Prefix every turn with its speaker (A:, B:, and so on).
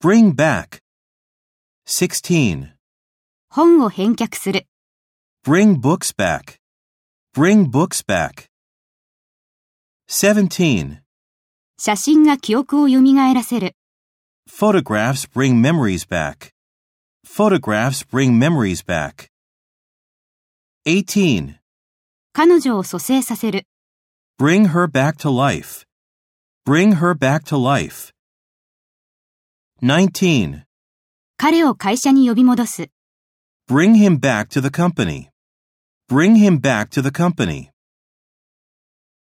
A: Bring back. 16.
B: 本を返却する、
A: Bring books back. Bring books back. 17.
B: 写真が記憶を蘇らせる、
A: Photographs bring memories back. Photographs bring memories back. 18.
B: 彼女を蘇生させる、
A: Bring her back to life. Bring her back to life. 19.
B: 彼を会社に呼び戻す。
A: Bring him back to the company. Bring him back to the company.